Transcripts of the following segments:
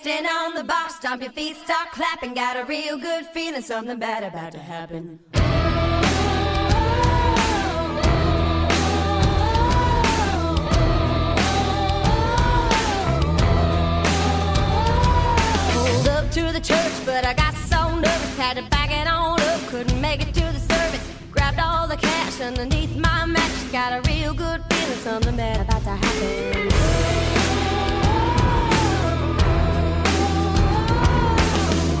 Stand on the box, stomp your feet, start clapping. Got a real good feeling, something bad about to happen. Pulled up to the church, but I got so nervous, had to back it on up. Couldn't make it to the service. Grabbed all the cash underneath my mattress. Got a real good feeling, something bad about to happen.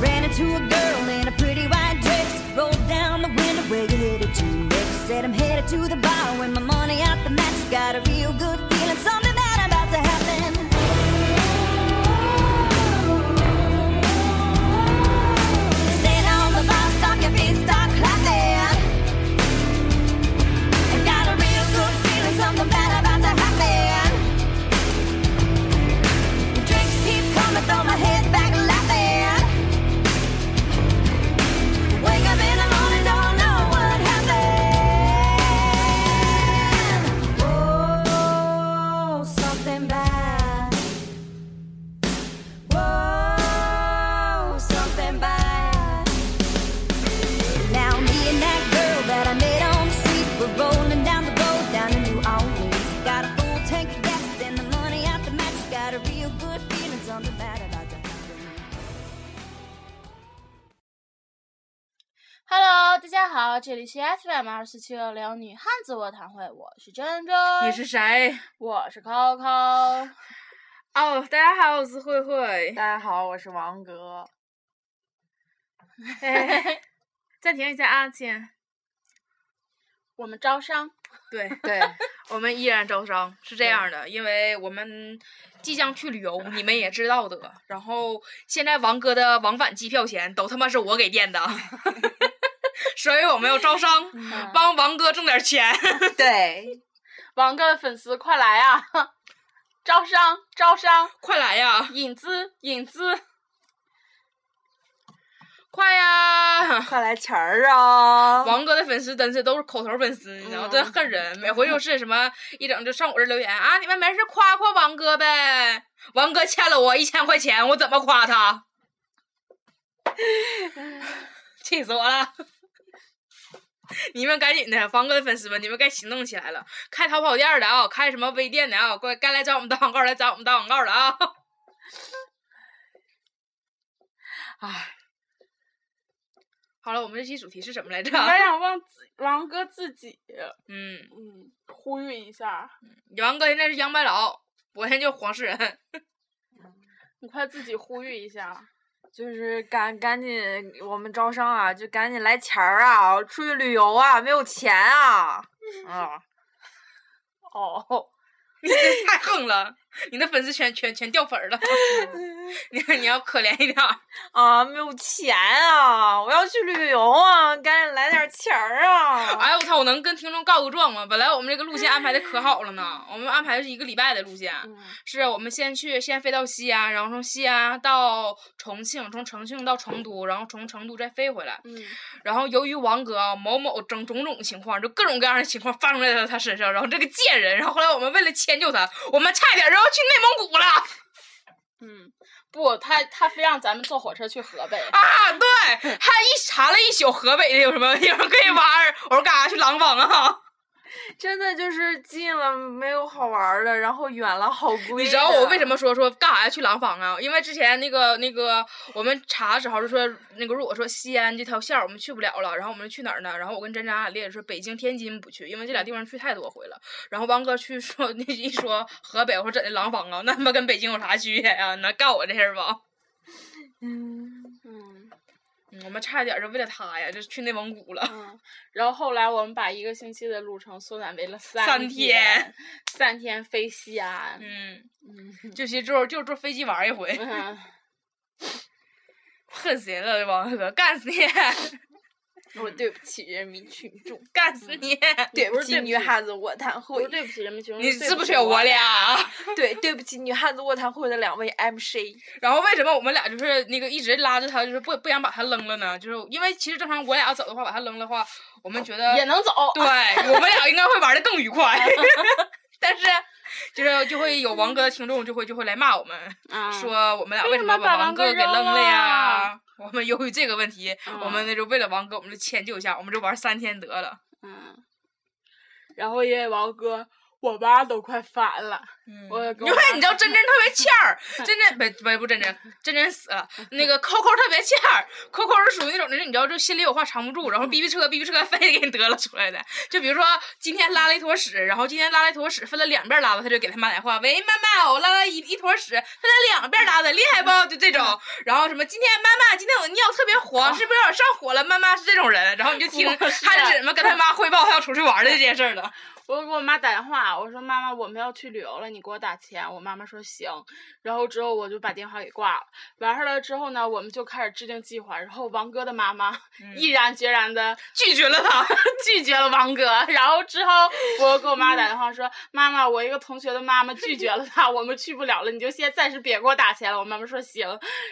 Ran into a girl in a pretty white dress. Rolled down the window where you headed to next. Said I'm headed to the bar with my money out the match. Got a real good feeling, something bad about to happen. Stand on the bar, stomp your feet, start clapping. I got a real good feeling, something bad about to happen. Drinks keep coming, throw my head back, laughing. Wake up in the morning, don't know what happened. Oh, something bad. Whoa, something bad. Now me and that girl that I met on the street were rolling down the road down in New Orleans. Got a full tank of gas and the money out the match. Got a real good feeling, something bad about to happen. Hello，大家好，这里是 FM 二四七六零女汉子卧谈会，我是珍珍，你是谁？我是 Coco，哦，大家好，我是慧慧。大家好，我是王哥。哎 暂停一下啊，亲。我们招商，对， 对，我们依然招商，是这样的，因为我们即将去旅游，你们也知道的。然后现在王哥的往返机票钱都他妈是我给垫 的，所以我们要招商，嗯帮王哥挣点钱。 对，王哥的粉丝快来啊！招商，招商，快来呀，引资，引资，快呀！快来钱儿啊！王哥的粉丝真是都是口头粉丝，你知道吗，真恨人。每回就是什么一整就上我这留言啊，你们没事夸夸王哥呗。王哥欠了我一千块钱，我怎么夸他？ 气死我了！你们赶紧的，王哥的粉丝们，你们该行动起来了！开淘宝店的啊，开什么微店的啊，该该来找我们打广告，来找我们打广告了啊！ 唉，好了，我们这期主题是什么来着？我想忘自王哥自己，嗯，嗯，呼吁一下，王哥现在是杨白劳，我现在就黄世仁。你快自己呼吁一下，嗯就是赶赶紧，我们招商啊，就赶紧来钱儿啊！出去旅游啊，没有钱啊！啊，哦，你这太横了，你的粉丝全全全掉粉儿了，你你要可怜一点儿。啊，没有钱啊！我要去旅游啊，赶紧来点钱儿啊！哎呦我操！我能跟听众告个状吗？本来我们这个路线安排的可好了呢，我们安排的是一个礼拜的路线，是我们先去先飞到西安，然后从西安到重庆，从重庆到成都，然后从成都再飞回来。嗯，然后由于王哥啊某某种种种情况，就各种各样的情况发生在了他身上，然后这个贱人，然后后来我们为了迁就他，我们差点儿要去内蒙古了嗯，不，他他非让咱们坐火车去河北，啊！对，他一查了一宿河北的有什么有什么可以玩儿，我说干啥去廊坊啊？ 真的就是近了没有好玩儿的，然后远了好贵。你知道我为什？么说说干啥呀去廊坊啊？因为之前那个那个我们查的时候就说那个如果说西安这条线儿我们去不了了，然后我们去哪儿呢？然后我跟珍珍俺俩列着说北京、天津不去，因为这俩地方去太多回了。然后王哥去说 那一说河北，我说怎的廊坊啊？那他妈跟北京有啥区别呀、你能干我这事儿不？嗯，嗯。嗯，我们差点儿就为了他呀，就去内蒙古了。嗯，然后后来我们把一个星期的路程缩短为了三三天天，三天飞西安。嗯，嗯就是就是就是坐飞机玩儿一回，嗯，恨死人了，王哥，干死你， 我对不起人民群 众，干死你！对 不不是嗯起对不女起汉子卧谈不会是，对不起人民群众，你是对是不不起是我 我俩啊？ 对，对不起女汉子卧谈会的两位 MC。然后为什么我们俩就是那个一直拉着他，就是不不想把他扔了呢？就是因为其实正常我俩要走的话，把他扔了的话，我们觉得 也能走。 对，我们俩应该会玩的更愉快。但是就是就会有王哥的听众就会就会来骂我们，嗯，说我们俩为什什么么把把王王哥哥给扔扔了呀了？ 我们由于这个问题，我们那就为了王哥，我们就迁就一下，我们就玩三天得了。嗯，然后因为王哥，我妈都快反了。嗯 我也跟因我为妈你知道真真特别欠 儿，真真不不不真真真真死了，那个 Coco 特别欠儿，Coco 是属于那种人，你知道就心里有话藏不住，然后逼逼车逼逼车 非得给你得了出来的。就比如说今天拉了一坨屎，然后今天拉了一坨屎分了两遍拉的，他就给他妈打电话，喂妈妈，我拉了一一坨屎分了两遍拉的，厉害不？就这种，然后什么今天妈妈今天我尿特别黄，是不是有点上火了？妈妈是这种人，然后你就听我是他就怎么跟他妈汇报他要出去玩的这件事儿了。我给我妈打电话，我说妈妈，我们要去旅游了，你给我打钱。我妈妈说行，然后之后我就把电话给挂了。完事儿了之后呢，我们就开始制定计划。然后王哥的妈妈嗯毅然决然的 拒绝了他， 拒绝了王哥。然后之后我又给我妈打电话说，妈妈，我一个同学的妈妈拒绝了他，我们去不了了，你就先暂时别给我打钱了。我妈妈说行。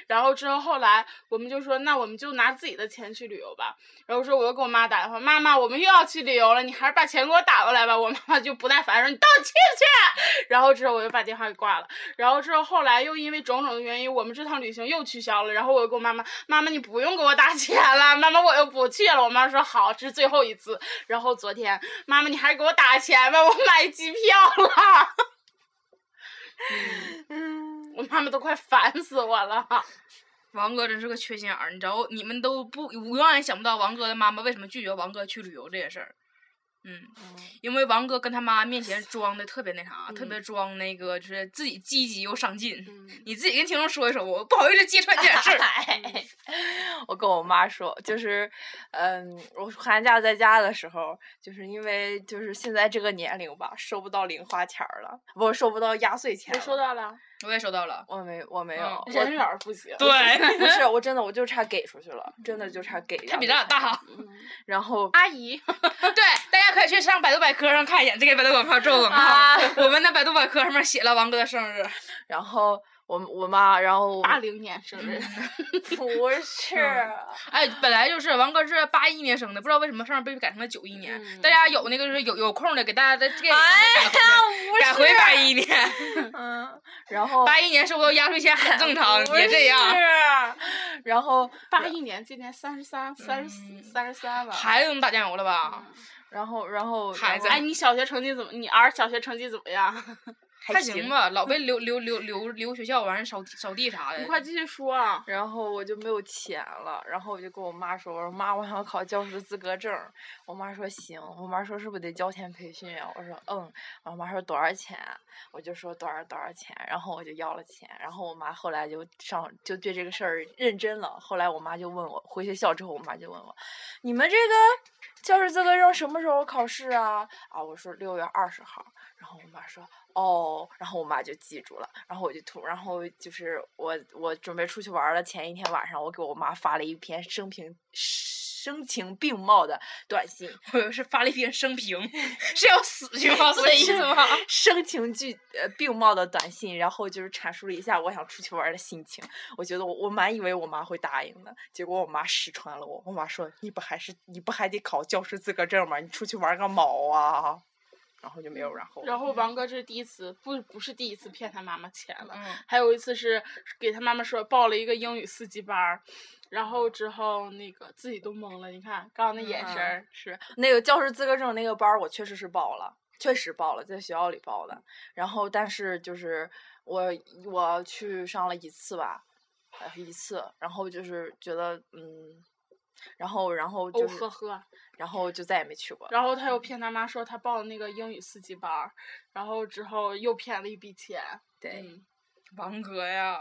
然后之后后来我们就说，那我们就拿自己的钱去旅游吧。然后说我又给我妈打电话，妈妈，我们又要去旅游了，你还是把钱给我打过来吧。我妈妈就不耐烦说，你到底去不去？然后之后我又把电话给挂了。然后之后后来又因为种种的原因，我们这趟旅行又取消了。然后我又跟我妈妈，妈妈你不用给我打 钱了，妈妈我又不去了。我妈说好，这是最后一次。然后昨天妈妈你还是给我打钱吧，我买机票了。 我妈妈都快烦死我了。王哥真是个缺心眼儿，你知道，你们都不永远也想不到王哥的妈妈为什么拒绝王哥去旅游这件事儿。嗯，因为王哥跟他妈面前装的特别那啥，特别装那个就是自己积极又上进。你自己跟听众说一说，我不好意思揭穿这点事儿。我跟我妈说，就是，嗯，我寒假在家的时候，就是因为就是现在这个年龄吧，收不到零花钱儿了，不收不到压岁钱我了。收到了，我也收到 了，我没，我没有，嗯人缘儿不行。对，不 是，我真的我就差给出去了，真的就差给。嗯他比咱俩。大。然后阿姨， 对，大家可以去上百度百科上看一眼，这个百度广告做广告。我们的百度百科上面写了王哥的生日，然后我我妈，然后八零年生日，不 是，哎，本来就是王哥是八一年生的，不知道为什么上面被改成了九一年。大家有那个就是有有空的，给大家再给、哎哎 改回八一年，嗯，然后八一年收不到压岁钱很正常，别这样。是，然后八一年，今年三十三、三十四、三十三了。孩子能打酱油了吧？然后然后孩然子后哎，你小学成绩怎么？你儿小学成绩怎么 样？还行吧，老被留留留留留学校，完了扫地扫地啥的你。快继续说啊！然后我就没有钱了，然后我就跟我妈说：“我说妈，我想考教师资格证儿。”我妈说：“行。”我妈说：“是不是得交钱培训啊？”我说：“嗯。”我妈说：“多少钱？”我就说：“多少多少钱。”然后我就要了钱，然后我妈后来就上就对这个事儿认真了。后来我妈就问我，回学校之后，我妈就问我：“你们这个教师资格证什么时候考试啊？”啊，我说六月二十号。然后我妈说：“哦。”然后我妈就记住了。然后我就突，然后就是我我准备出去玩儿了。前一天晚上，我给我妈发了一篇生平声情并茂的短信，我以为是发了一篇生平，是要死去吗？是这意思吗？声情俱呃并茂的短信，然后就是阐述了一下我想出去玩儿的心情。我觉得我我蛮以为我妈会答应的，结果我妈识穿了我。我妈说：“你不还是你不还得考教师资格证吗？你出去玩儿个毛啊！”然后就没有然后了。然后王哥这是第一次，不不是第一次骗他妈妈钱了，嗯，还有一次是给他妈妈说报了一个英语四级班儿，然后之后那个自己都懵了，你看刚刚那眼神儿，哦是那个教师资格证那个班儿，我确实是报了，确实报了，在学校里报的。然后，但是就是我我去上了一次吧，呃，一次，然后就是觉得嗯，然后然后就哦是、呵呵，然后就再也没去过了。然后他又骗他妈说他报了那个英语四级班儿，然后之后又骗了一笔钱，对、嗯王哥呀，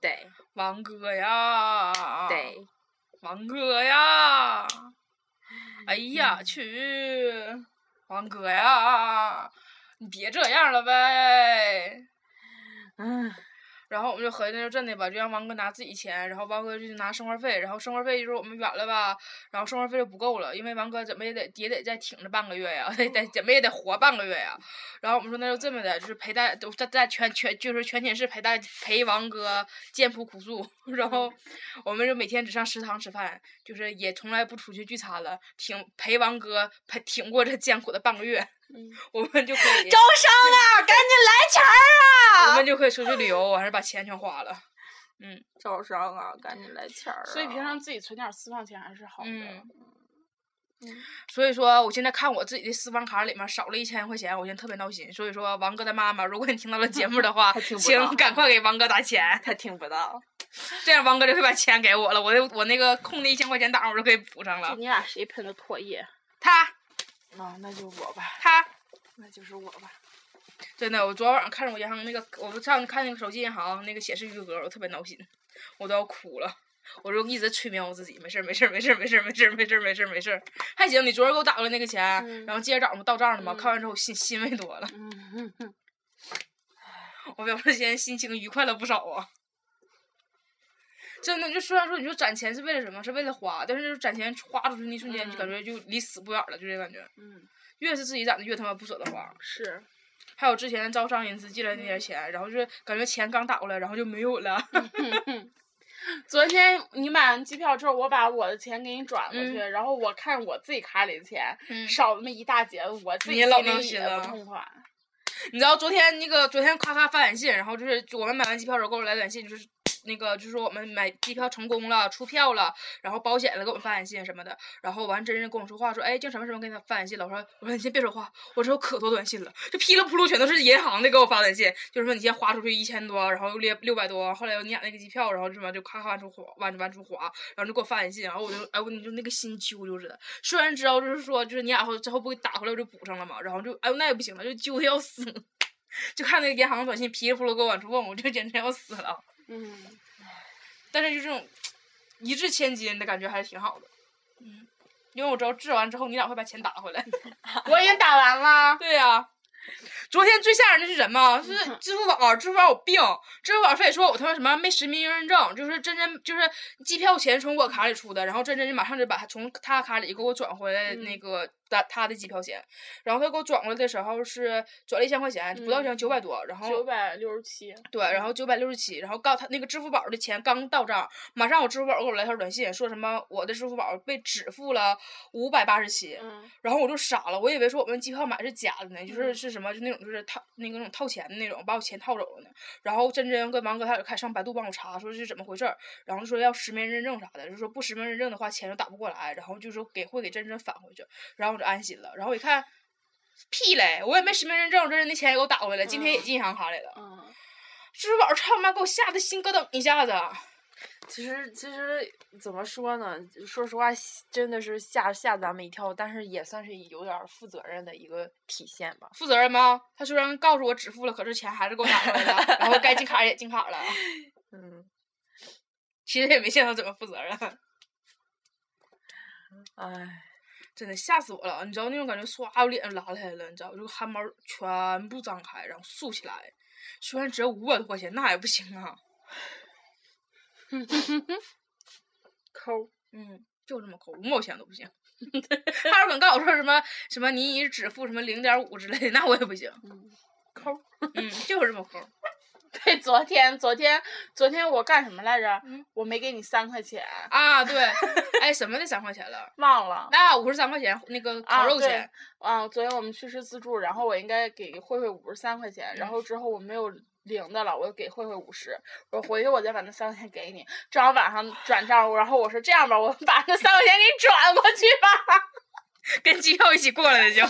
对啊王哥呀，对，王哥呀！哎呀，去！王哥呀，你别这样了呗。嗯，然后我们就合计那就真的吧，就让王哥拿自己钱，然后王哥就去拿生活费，然后生活费就是我们远了吧，然后生活费就不够了，因为王哥怎么也得也得再挺着半个月呀，得得怎么也得活半个月呀。然后我们说那就这么的，就是陪大都在在全全就是全寝室陪大陪王哥艰苦朴素， 然后我们就每天只上食堂吃饭，就是也从来不出去聚餐了，挺陪王哥陪挺过这艰苦的半个月。 我们就可以，商啊，赶紧来钱啊儿我们就可以出去旅游，我还是把钱全花了。招商啊，赶紧来钱儿、啊。所以平常自己存点私房钱还是好的。嗯。嗯所以说，我现在看我自己的私房卡里面少了一千块钱，我现在特别闹心。所以说，王哥的妈妈，如果你听到了节目的 话他听，不到请赶快给王哥打钱， 他听不到，这样王哥就会把钱给我了。我的我那个空的一千块钱档，我就可以补上就 了。你俩谁喷的唾液？啊他那、那就我吧，他那就是我吧。真的，我昨天晚上看着我银行那个，我不上看那个手机银行那个显示余额，我特别闹心，我都要哭了。我就一直催眠我自己，没事儿，没事儿，没事儿，没事儿，没事儿，没事儿，没事儿，没事儿，还行。你昨儿给我打过来那个钱，嗯然后今儿早上不到账了吗？看完之后我心欣慰多了，嗯，我表示间心情愉快了不少啊。真的，就虽然说你说攒钱是为了什么？是为了花，但是就是攒钱花出去那一瞬间，就感觉就离死不远了，就这感觉。嗯，越是自己攒的，越他妈不舍得花。是。还有之前招商引资借来那点钱，然后就是感觉钱刚打过来，然后就没有了。昨天你买完机票之后，我把我的钱给你转过去，嗯然后我看我自己卡里的钱、少那么一大截，我自己你也老心闹里心也不了痛 快。你知道昨天那个昨天咔咔发短信，然后就是我们买完机票的时候给我来短信，就是那个就是说我们买机票成功了，出票了，然后保险了给我们发短信什么的。然后完真是跟我说话说，哎，净什么什么给你发短信了。我说我说你先别说话，我这有可多短信了，这噼里扑噜全都是银行的给我发短信，就是说你先花出去一千多，然后六六百多，后来你俩那个机票，然后什么就咔咔往出花往往出花，然后就给我发短信，然后我就哎我你就那个心揪揪着的，虽然知道就是说就是你俩后之后不给打回来我就补上了嘛，然后就哎那也不行了，就揪的要死。就看那个银行短信噼里扑噜给我往出蹦，我就简直要死了。嗯，但是就这种一掷千金的感觉还是挺好的，嗯，因为我知道掷完之后你俩会把钱打回来。我已经打完了。对呀、昨天最吓人的是什么？是支付宝，支付宝有病，支付宝非得说我他妈什么没实名认证，就是真真就是机票钱从我卡里出的，然后真真就马上就把他从他卡里给我转嗯回来那个他、他的机票钱，然后他给我转过来的时候是转了一千块钱，不到一千九百多，然后九百六十七，对，然后九百六十七，然后告他那个支付宝的钱刚到账，马上我支付宝给我来条短信，说什么我的支付宝被只付了五百八十七，嗯，然后我就傻了，我以为说我们机票买是假的呢，就是是什么就那种就是套那个那种套钱的那种，把我钱套走了呢。然后真真跟王哥他俩开始上百度帮我查，说是怎么回事儿，然后就说要实名认证啥的，就说不实名认证的话钱就打不过来，然后就说给会给真真返回去，然后我就安心了。然后我一看，屁嘞，我也没实名认证，真真那钱也给我打回来，今天也进银行卡里了。嗯，支付宝差点妈给我吓得心咯噔一下子。其实其实怎么说呢？说实话，真的是吓吓咱们一跳，但是也算是有点儿负责任的一个体现吧。负责任吗？他虽然告诉我止付了，可是钱还是给我打回来了，然后该进卡也进卡了。嗯，其实也没见他怎么负责任， 哎，真的吓死我了！你知道那种感觉，唰我脸上拉开了，你知道，就汗毛全部张开，然后竖起来。虽然只要五百多块钱，那也不行啊。抠，嗯，就这么抠，五毛钱都不行。 他要敢告诉我说什么什么你只付什么零点五之类的，那我也不行。抠。 嗯，就是这么抠。对，昨天，昨天，昨天我干什么来着？嗯我没给你三块钱，啊，对，哎，什么那三块钱了？忘了。那五十三块钱那个啊烤肉对钱，啊，昨天我们去吃自助，然后我应该给慧慧五十三块钱，嗯然后之后我没有零的了，我就给慧慧五十，我回去我再把那三块钱给你，正好晚上转账，然后我说这样吧，我把那三块钱给你转过去吧。跟机票一起过来的就。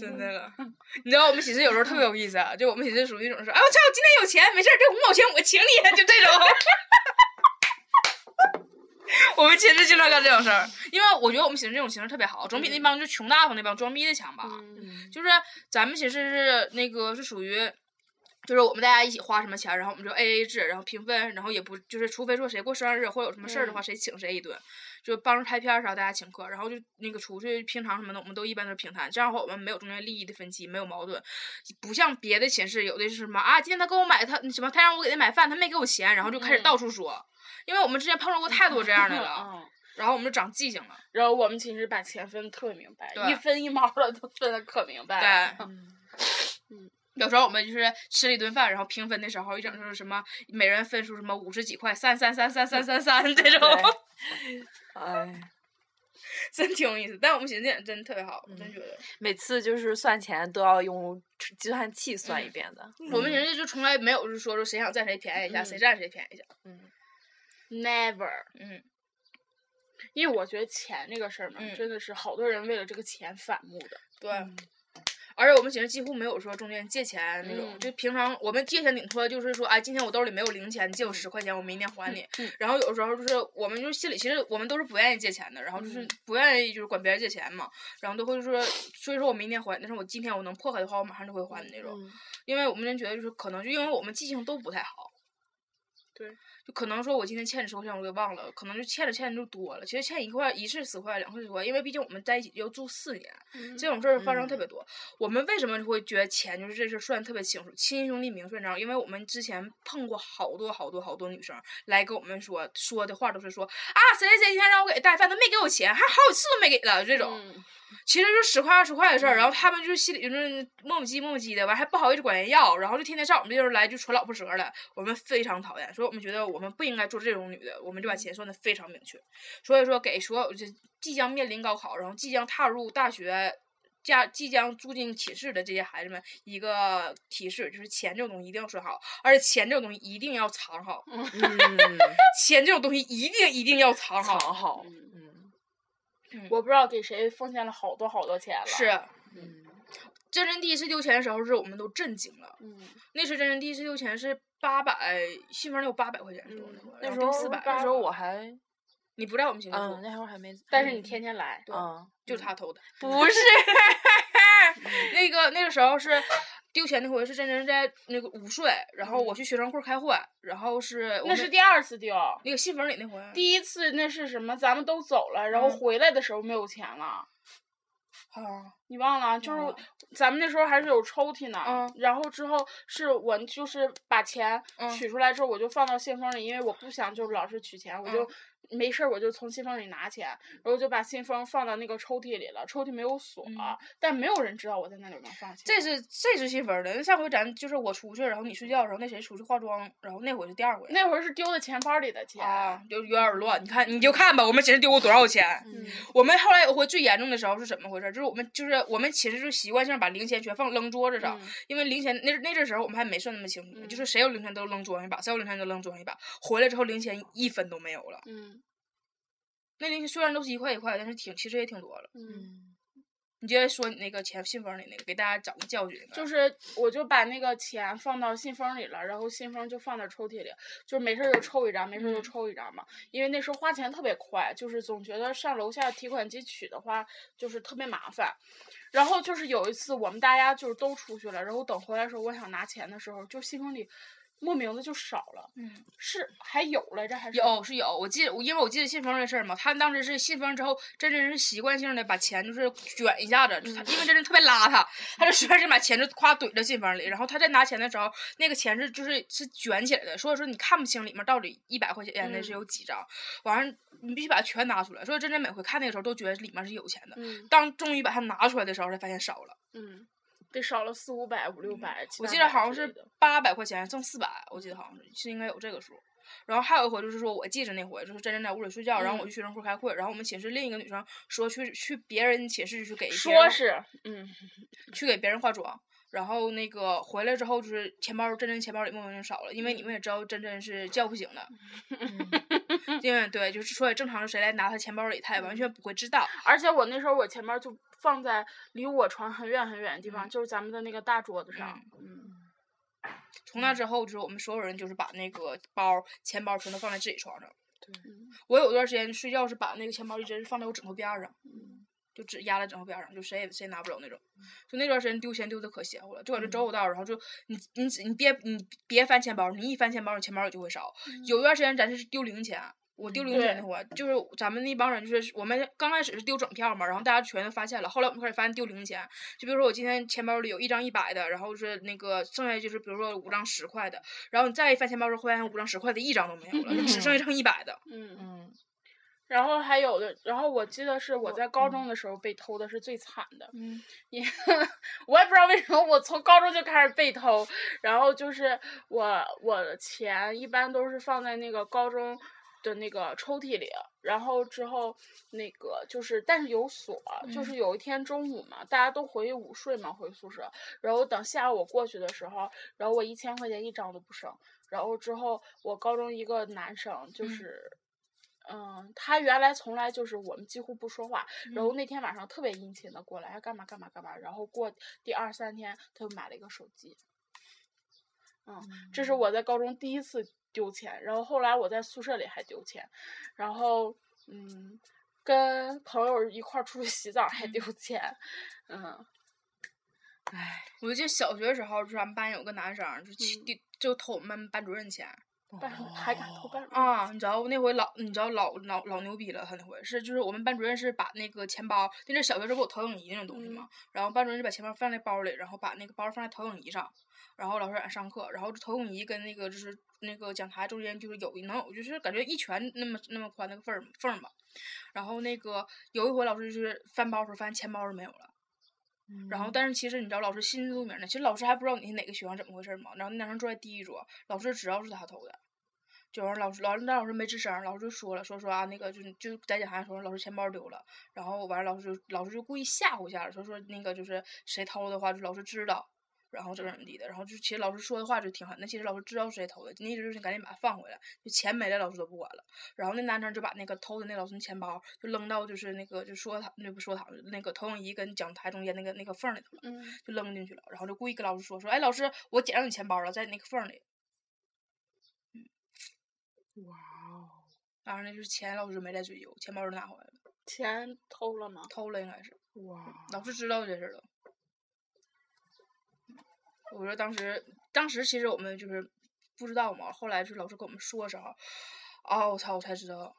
真的了，你知道我们寝室有时候特别有意思啊，就我们寝室属于那种说，哎我操，今天有钱，没事儿，这五毛钱我请你，就这种。我们寝室经常干这种事儿，因为我觉得我们寝室这种形式特别好，总比那帮就穷大方那帮装逼的强吧。就是咱们寝室是那个是属于。就是我们大家一起花什么钱，然后我们就 A A 制，然后平分，然后也不就是，除非说谁过生日或者有什么事儿的话，谁请谁一顿，就帮着拍片儿啥，大家请客，然后就那个出去平常什么的，我们都一般都是平摊，这样的话我们没有中间利益的分歧，没有矛盾，不像别的寝室有的是什么啊，今天他给我买他什么，他让我给他买饭，他没给我钱，然后就开始到处说，因为我们之前碰到过太多这样的了，啊嗯，然后我们就长记性了，然后我们寝室把钱分得特明白，对一分一毛的都分得可明白了。对。有时候我们就是吃了一顿饭，然后平分的时候，一整就是什么每人分嗯出什么五十几块，三三三三三三三这种。哎， 真挺有意思。但我们寻思点真特别好，我嗯真觉得。每次就是算钱都要用计算器算一遍 的。我们人家就从来没有是说说谁想占谁便宜嗯一下，谁占谁便宜一下。 Never，嗯，因为我觉得钱这个事儿嘛，嗯真的是好多人为了这个钱反目的。对。嗯而且我们寝室几乎没有说中间借钱那种，嗯就平常我们借钱顶多就是说，哎，今天我兜里没有零钱，你借我十块钱，我明天嗯还你。然后有的时候就是我们就是心里其实我们都是不愿意借钱的，然后嗯就是不愿意就是管别人借钱嘛，然后都会说，所以说我明天还，但是我今天我能破开的话，我马上就会还你那种。嗯因为我们真觉得就是可能就因为我们记性都不太好，对，就可能说我今天欠你十块钱，我给忘了，可能就欠着欠着就多了。其实欠一块一是十块，两块十块，因为毕竟我们在一起要住四年，嗯这种事儿发生特别多。我们为什么会觉得钱就是这事儿算得特别清楚，亲兄弟明算账？因为我们之前碰过好多好多好多女生来跟我们说说的话都是说啊谁谁谁今天让我给带饭，都没给我钱，还好几次都没给了这种。嗯，其实就十块二十块的事儿，嗯然后他们就是心里就是磨磨唧磨磨唧的，完还不好意思管人要，然后就天天上我们这儿来就扯老婆舌了，我们非常讨厌，所以我们觉得我们不应该做这种女的，我们就嗯把钱算的非常明确。所以说，给所有就即将面临高考，然后即将踏入大学。家即将住进寝室的这些孩子们，一个提示就是钱这种东西一定要算好，而且钱这种东西一定要藏好，嗯，钱这种东西一定一定要藏好。藏好。嗯嗯我不知道给谁奉献了好多好多钱了。，是，嗯，真真第一次丢钱的时候，是我们都震惊了。嗯，那时真人第一次丢钱是八百，信封里有八百块钱是吧嗯那那时时候候四百，那时候我还你不在我们寝室嗯，住，那时候还没。但是你天天来，嗯，就是他偷的。不 是那个那个时候是丢钱那回是真真在那个午睡，然后我去学生会开会，然后是我那们是第二次丢。那个信封里那回，第一次那是什么？咱们都走了，然后嗯回来的时候没有钱了，啊你忘了？就是忘了咱们那时候还是有抽屉呢。嗯然后之后是我就是把钱嗯取出来之后，我就放到信封里，因为我不想就是老是取钱，我就嗯没事儿我就从信封里拿钱，然后就把信封放到那个抽屉里了。抽屉没有锁，嗯但没有人知道我在那里面放钱。这是这是信封的。那上回咱就是我出去，然后你睡觉，然后那谁出去化妆，然后那回是第二回。那会儿是丢的钱包里的钱。啊，就有点乱，你看你就看吧，我们寝室丢过多少钱？嗯，我们后来有回最严重的时候是怎么回事儿？就是我们就是我们寝室就习惯性把零钱全放扔桌子上，嗯因为零钱那那阵时候我们还没算那么清楚呢，就是谁有零钱都扔桌上一把，谁有零钱都扔桌上一把。回来之后零钱一分都没有了，嗯那零钱虽然都是一块一块，但是挺其实也挺多了。嗯，你接着说你那个钱信封里那个，给大家讲个教训。就是是我就把那个钱放到信封里了，然后信封就放在抽屉里，就是没事儿就抽一张，没事儿就嗯抽一张嘛。因为那时候花钱特别快，就是总觉得上楼下提款机取的话就是特别麻烦。然后就是有一次我们大家就是都出去了，然后等回来的时候，我想拿钱的时候，就信封里莫名的就少了，嗯，是还有来着还是有是有，我记得，因为我记得信封这事儿嘛，他当时是信封之后，真真是习惯性的把钱就是卷一下子，就嗯他因为真真特别邋遢，他就随便就把钱就夸怼到信封里，然后他在拿钱的时候，那个钱是就是是卷起来的，所以说你看不清里面到底一百块钱的嗯是有几张，完了你必须把它全拿出来，所以真真每回看那个时候都觉得里面是有钱的，嗯当终于把它拿出来的时候才发现少了，嗯，得少了四五百五六百，七嗯我八记得百好像之类是的八百块钱挣四百，我记得好像是是应该有这个数。然后还有一回就是说，我记着那回就是真真在屋里睡觉，然后嗯我去学生会开会，然后我们寝室另一个女生说去去别人寝室去给别说人是嗯去给别人化妆，然后那个回来之后就是钱包真真钱包里莫名就少了，因为嗯你们也知道真真是叫不醒的，嗯因为对就是所以正常谁来拿她钱包里，她也完全不会知道。而且我那时候我钱包就放在离我床很远很远的地方，就是咱们的那个大桌子上。嗯，从那之后，就是我们所有人就是把那个包儿钱包全都放在自己床上。对嗯，我有段时间睡觉是把那个钱包一直是放在我枕头边儿上，就只压在枕头边儿上，就谁也谁也拿不走那种。就那段时间丢钱丢的可邪乎了，就感觉找不到，然后就你你只你别你别翻钱包，你一翻钱包，你钱包里就会少。有一段时间咱是丢零钱。我丢零钱那会儿，就是咱们那帮人，就是我们刚开始是丢整票嘛，然后大家全都发现了，后来我们开始发现丢零钱，就比如说我今天钱包里有一张一百的，然后是那个剩下就是比如说五张十块的，然后你再一翻钱包的时候，发现五张十块的一张都没有了，就只剩一张一百的。嗯，嗯，然后还有的，然后我记得是我在嗯高中的时候被偷的是最惨的，嗯， 因我也不知道为什么我从高中就开始被偷，然后就是我我的钱一般都是放在那个高中的那个抽屉里，然后之后那个就是，但是有锁，就是有一天中午嘛，大家都回午睡嘛，回宿舍，然后等下午我过去的时候，然后我一千块钱一张都不剩，然后之后我高中一个男生就是。嗯他原来从来就是我们几乎不说话，然后那天晚上特别殷勤的过来，哎干嘛干嘛干嘛，然后过第二三天他就买了一个手机，嗯这是我在高中第一次丢钱，然后后来我在宿舍里还丢钱，然后嗯，跟朋友一块儿出去洗澡还丢钱，嗯，我记得小学时候，就是俺们班有个男生，就去地就偷我们班主任钱但是还敢哦偷班主任啊！你知道那回老，你知道老老老牛逼了，他那回是就是我们班主任是把那个钱包，那阵小学时候不有投影仪那种东西嘛，然后班主任就把钱包放在包里，然后把那个包放在投影仪上，然后老师让俺上课，然后投影仪跟那个就是那个讲台中间就是有能有就是感觉一拳那么那么宽那个缝儿缝儿吧，然后那个有一回老师就是翻包的时候发现钱包是没有了。然后，但是其实你知道，老师心知肚明的。其实老师还不知道你是哪个学生怎么回事儿嘛。然后那男生坐在第一桌，老师知道是他偷的，就让老师老那老师没吱声儿，老师就说了，说说啊那个就就在讲台上说老师钱包丢了，然后完了老师就老师就故意吓唬一下，说说那个就是谁偷的话，就老师知道，然后怎么怎么地的。然后就其实老师说的话就挺狠的，其实老师知道是谁偷的，那意思就是你赶紧把它放回来，就钱没了老师都不管了。然后那男生就把那个偷的那老师钱包就扔到就是那个就说堂那不说堂那个投影仪跟讲台中间那个那个缝儿里头了，嗯就扔进去了。然后就故意跟老师说说，哎，老师，我捡着你钱包了，在你那个缝儿里。哇哦，当然那就是钱，老师没再追究，钱包就拿回来了，钱偷了吗？嗯偷了应该是。哇，老师知道这事儿了。我说当时，当时其实我们就是不知道嘛，后来就是老师跟我们说的时候，啊，我操，我才知道，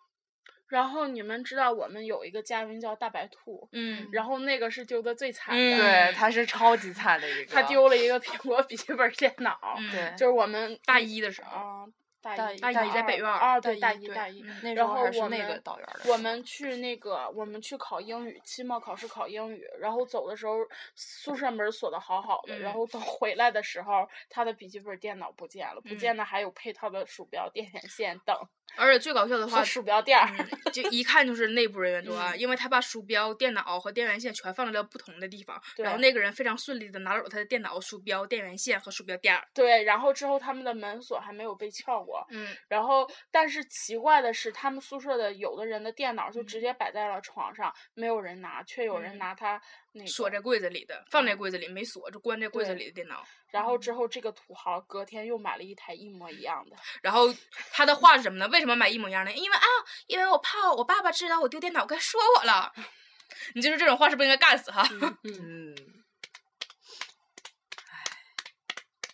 然后你们知道我们有一个嘉宾叫大白兔，嗯，然后那个是丢的最惨嗯的，对，他是超级惨的 一个，他丢了一个苹果笔记本电脑，嗯对就是我们大一的时候，啊、大大一一大大一在北院儿啊大对一大一对大一，那时然候后还是我那个们导员儿的我时们去那个，我们去考英语，期末考试考英语，然后走的时候宿舍门儿锁的好好的，然嗯后等回来的时候，他的笔记本电脑不见了，不嗯见的还有配套的鼠标、电源线等而且最搞笑的话和，鼠标垫儿。 嗯就一看就是内部人员作案，因为他把鼠标、电脑和电源线全放在了不同的地方，然后对那个人非常顺利的拿走了他的电脑、鼠标、电源线和鼠标垫儿。对，然后之后他们的门锁还没有被撬过，嗯，然后但是奇怪的是，他们宿舍的有的人的电脑就直嗯接摆在了床上，没有人拿，却有人嗯拿它那个锁在柜子里的，放在柜子里没锁，就关在柜子对里的电脑。然嗯后之后这个土豪隔天又买了一台一模一样的，然后他的话是什么呢？为什么买一模一样的？因为啊，因为我怕我爸爸知道我丢电脑该说我了。 你就是这种话是不是应该干死哈？候， 嗯，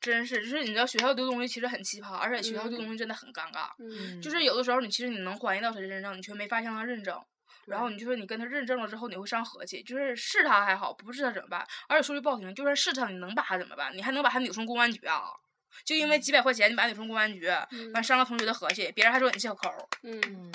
真是，就是你知道学校丢东西其实很奇葩，而且学校丢东西真的很尴尬。嗯就是有的时候你其实你能还原到他身上，你却没法向他认证。然后你就说你跟他认证了之后，你会伤和气，就是是他还好，不是他怎么办？而且说句不好听，就算是他，你能把他怎么办？你还能把他扭送公安局啊？就因为几百块钱，你把他扭送公安局，完伤了同学的和气，别人还说你小抠儿。嗯，嗯，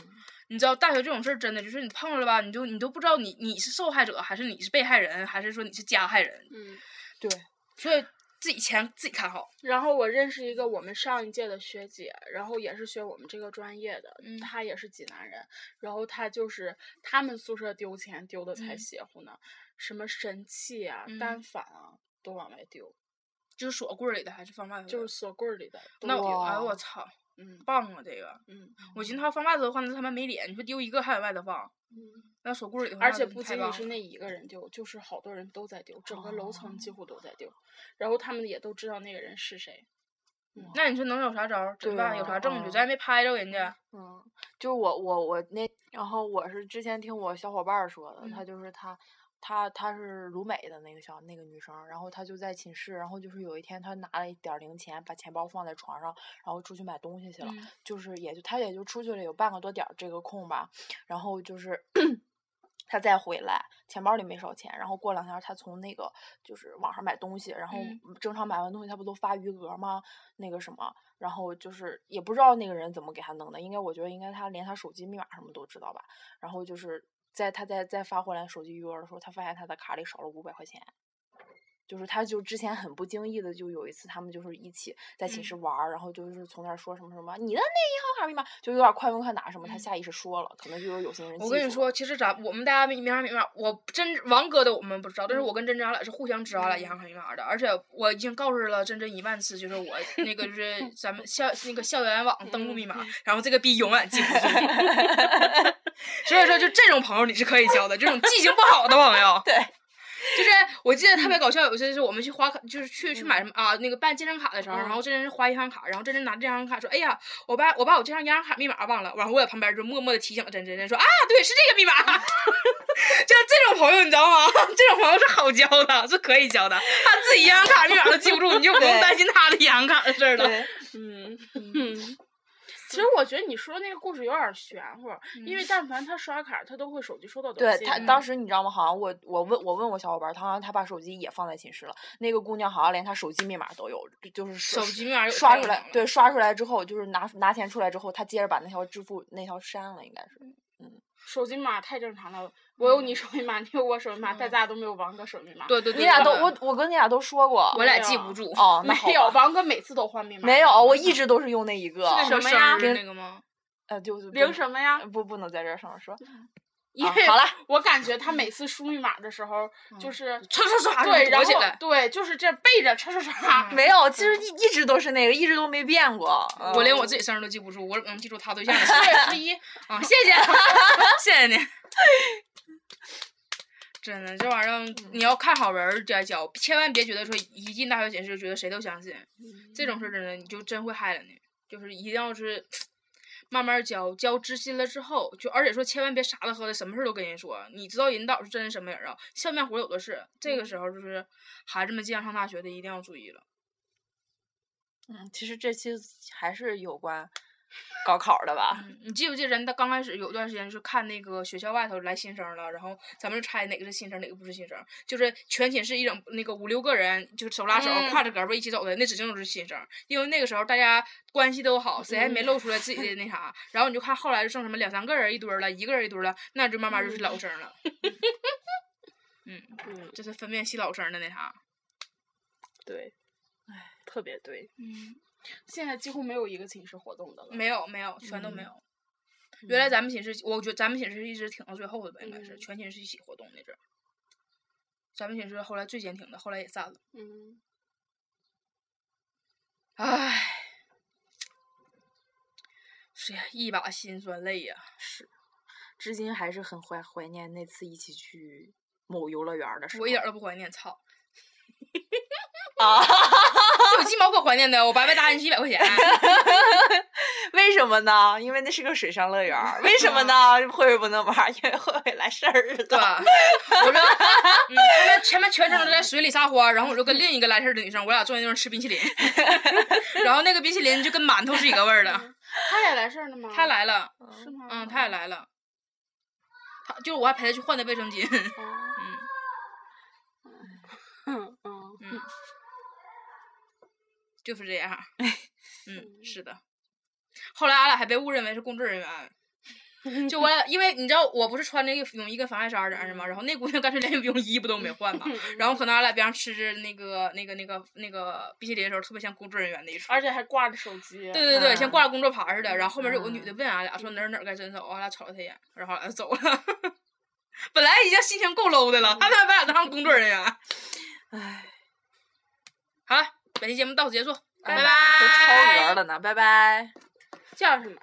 你知道大学这种事儿真的就是你碰了吧，你就你都不知道你你是受害者还是你是被害人，还是说你是加害人。嗯，对，所以自己钱自己看好。然后我认识一个我们上一届的学姐，然后也是学我们这个专业的，嗯她也是济南人，然后她就是他们宿舍丢钱丢的才嗯邪乎呢，什么神器啊、嗯单反啊都往外丢，就是锁柜儿里的还是放外头的？就是锁啊柜儿里的都呃那丢，我哇哎我操，嗯棒啊这个！嗯我寻思他放外头的话，那他妈没脸。你说丢一个还往外头放，嗯，那锁柜里头，而且不太仅仅棒了是那一个人丢，就是好多人都在丢，整个楼层哦几乎都在丢，然后他们也都知道那个人是谁，那你说能有啥招儿？怎么对办？有啊啥证据？嗯咱还没拍着人家。嗯，就我我我那，然后我是之前听我小伙伴儿说的，嗯她就是她，她她是鲁美的那个小那个女生，然后她就在寝室，然后就是有一天她拿了一点儿零钱，把钱包放在床上，然后出去买东西去了，嗯就是也就她也就出去了有半个多点儿这个空吧，然后就是。 她再回来，钱包里没少钱。然后过两天，她从那个就是网上买东西，然后嗯正常买完东西，她不都发余额吗？那个什么，然后就是也不知道那个人怎么给他弄的，应该我觉得应该他连他手机密码什么都知道吧。然后就是在他在再发回来手机余额的时候，他发现他的卡里少了五百块钱。就是他就之前很不经意的，就有一次他们就是一起在寝室玩儿，然后就是从那儿说什么什么你的内还是密码，就有点快问快答什么，他下意识说了，可能就有有心人。。嗯我跟你，说，其实咱我们大家密密码密码，我真王哥的我们不知道，但是我跟真真俺俩是互相知道俺俩银行卡密码的，而且我已经告知了真真一万次，就是我那个就是咱们校那个校园网登录密码，然后这个逼永远记不住。 所以说，就这种朋友你是可以交的，这种记性不好的朋友对。就是我记得特别搞笑，有一次是我们去花卡，就是去去买什么啊，那个办健身卡的时候，然后真真是花银行卡，然后真真拿这张卡说：“哎呀，我把我把我这张银行卡密码忘了。”然后我在旁边就默默的提醒了真真，真说：“啊，对，是这个密码。” 就是这种朋友，你知道吗？ 这种朋友是好交的，是可以交的。他自己银行卡密码都记不住，你就不用对担心他的银行卡的事儿了。对，嗯，其实我觉得你说那个故事有点玄乎，因为但凡他刷卡，他都会手机收到短对信。嗯他当时你知道吗？好像我我问我问我小伙伴儿，他好像他把手机也放在寝室了。那个姑娘好像连她手机密码都有，就是手手机密码有刷太出有来用，了对，刷出来之后就是拿拿钱出来之后，她接着把那条支付那条删了，应该是。手机密码太正常了，我有你手机密码，你有我手机密码，但咱俩都没有王哥手机密码。对对对，你俩都对我我跟你俩都说过。我俩没有记不住。 哦，那好没有，吧？王哥每次都换密码。没有，我一直都是用那一个。是什么呀那个吗？呃，就是不零能什么呀？不不能在这儿上面说。 因啊为好了，我感觉他每次输密码的时候，就是唰唰唰对，就然躲后起来对，就是这背着唰唰唰，没有，其实一一直都是那个，一直都没变过。嗯我连我自己生日都记不住，我嗯能记住他对象的生日对 之一，啊！谢谢，谢谢你。 真的，这玩意儿你要看好人儿再交，千万别觉得说一进大学寝室觉得谁都相信，这种事儿真的你就真会害了你。就是一定要是慢慢交，交知心了之后，就而且说千万别傻了呵的，什么事儿都跟人说。你知道引导是真是什么人啊？笑面虎有的是。这个时候就是孩子们即将上大学的一定要注意了。嗯，其实这期还是有关高考的吧？嗯，你记不记得咱刚开始有段时间是看那个学校外头来新生了，然后咱们就猜哪个是新生，哪个不是新生，就是全寝室一整那个五六个人，就是手拉手、挎着胳膊一起走的，那指定就是新生，因为那个时候大家关系都好，谁还没露出来自己的那啥，然后你就看后来就剩什么两三个人一堆儿了，一个人一堆儿了，那就慢慢就是老生了。嗯，这是分辨系老生的那啥。对，哎，特别对。嗯， 现在几乎没有一个寝室活动的了。没有没有，全都没有。嗯原来咱们寝室，我觉得咱们寝室一直挺到最后的吧，应该是嗯全寝室一起活动那阵儿。咱们寝室后来最坚挺的，后来也散了。嗯，唉，是呀，一把辛酸泪呀、至今还是很怀怀念那次一起去某游乐园儿的时候。我一点儿都不怀念，操！啊，有鸡毛可怀念的，我白白搭进去一百块钱。为什么呢？因为那是个水上乐园儿。为什么呢？慧慧不能玩儿， 因为慧慧来事儿对了。吧，我说，嗯，他们前面全程都在水里撒欢儿，然后我就跟另一个来事儿的女生，我俩坐在那儿吃冰淇淋， 然后那个冰淇淋就跟馒头是一个味儿的。他也来事儿了吗？他来了。是吗？嗯，他也来了。他就是我还陪他去换的卫生巾。 哦嗯 嗯，嗯，就是这样。哎嗯，是的。后来俺俩还被误认为是工 作人员，就我俩，因为你知道我不是穿那个泳衣跟防晒衫儿在那儿吗？然后那姑娘干脆连泳衣不都没换 嘛。然后可能俺俩边上吃着那个那个那个那个冰淇淋的时候，特别像工作人员那一出。而且还挂着手机。对对对，像嗯挂着工作牌儿似的。然后后面有个女的问俺俩说哪儿哪儿该伸手，俺俩瞅了他一眼，然后俺俩就走了。 本来已经心情够 low 的了，还他妈把俺当成工作人员。唉，好了，本期节目到此结束，拜都超拜额了呢，拜拜。叫什么？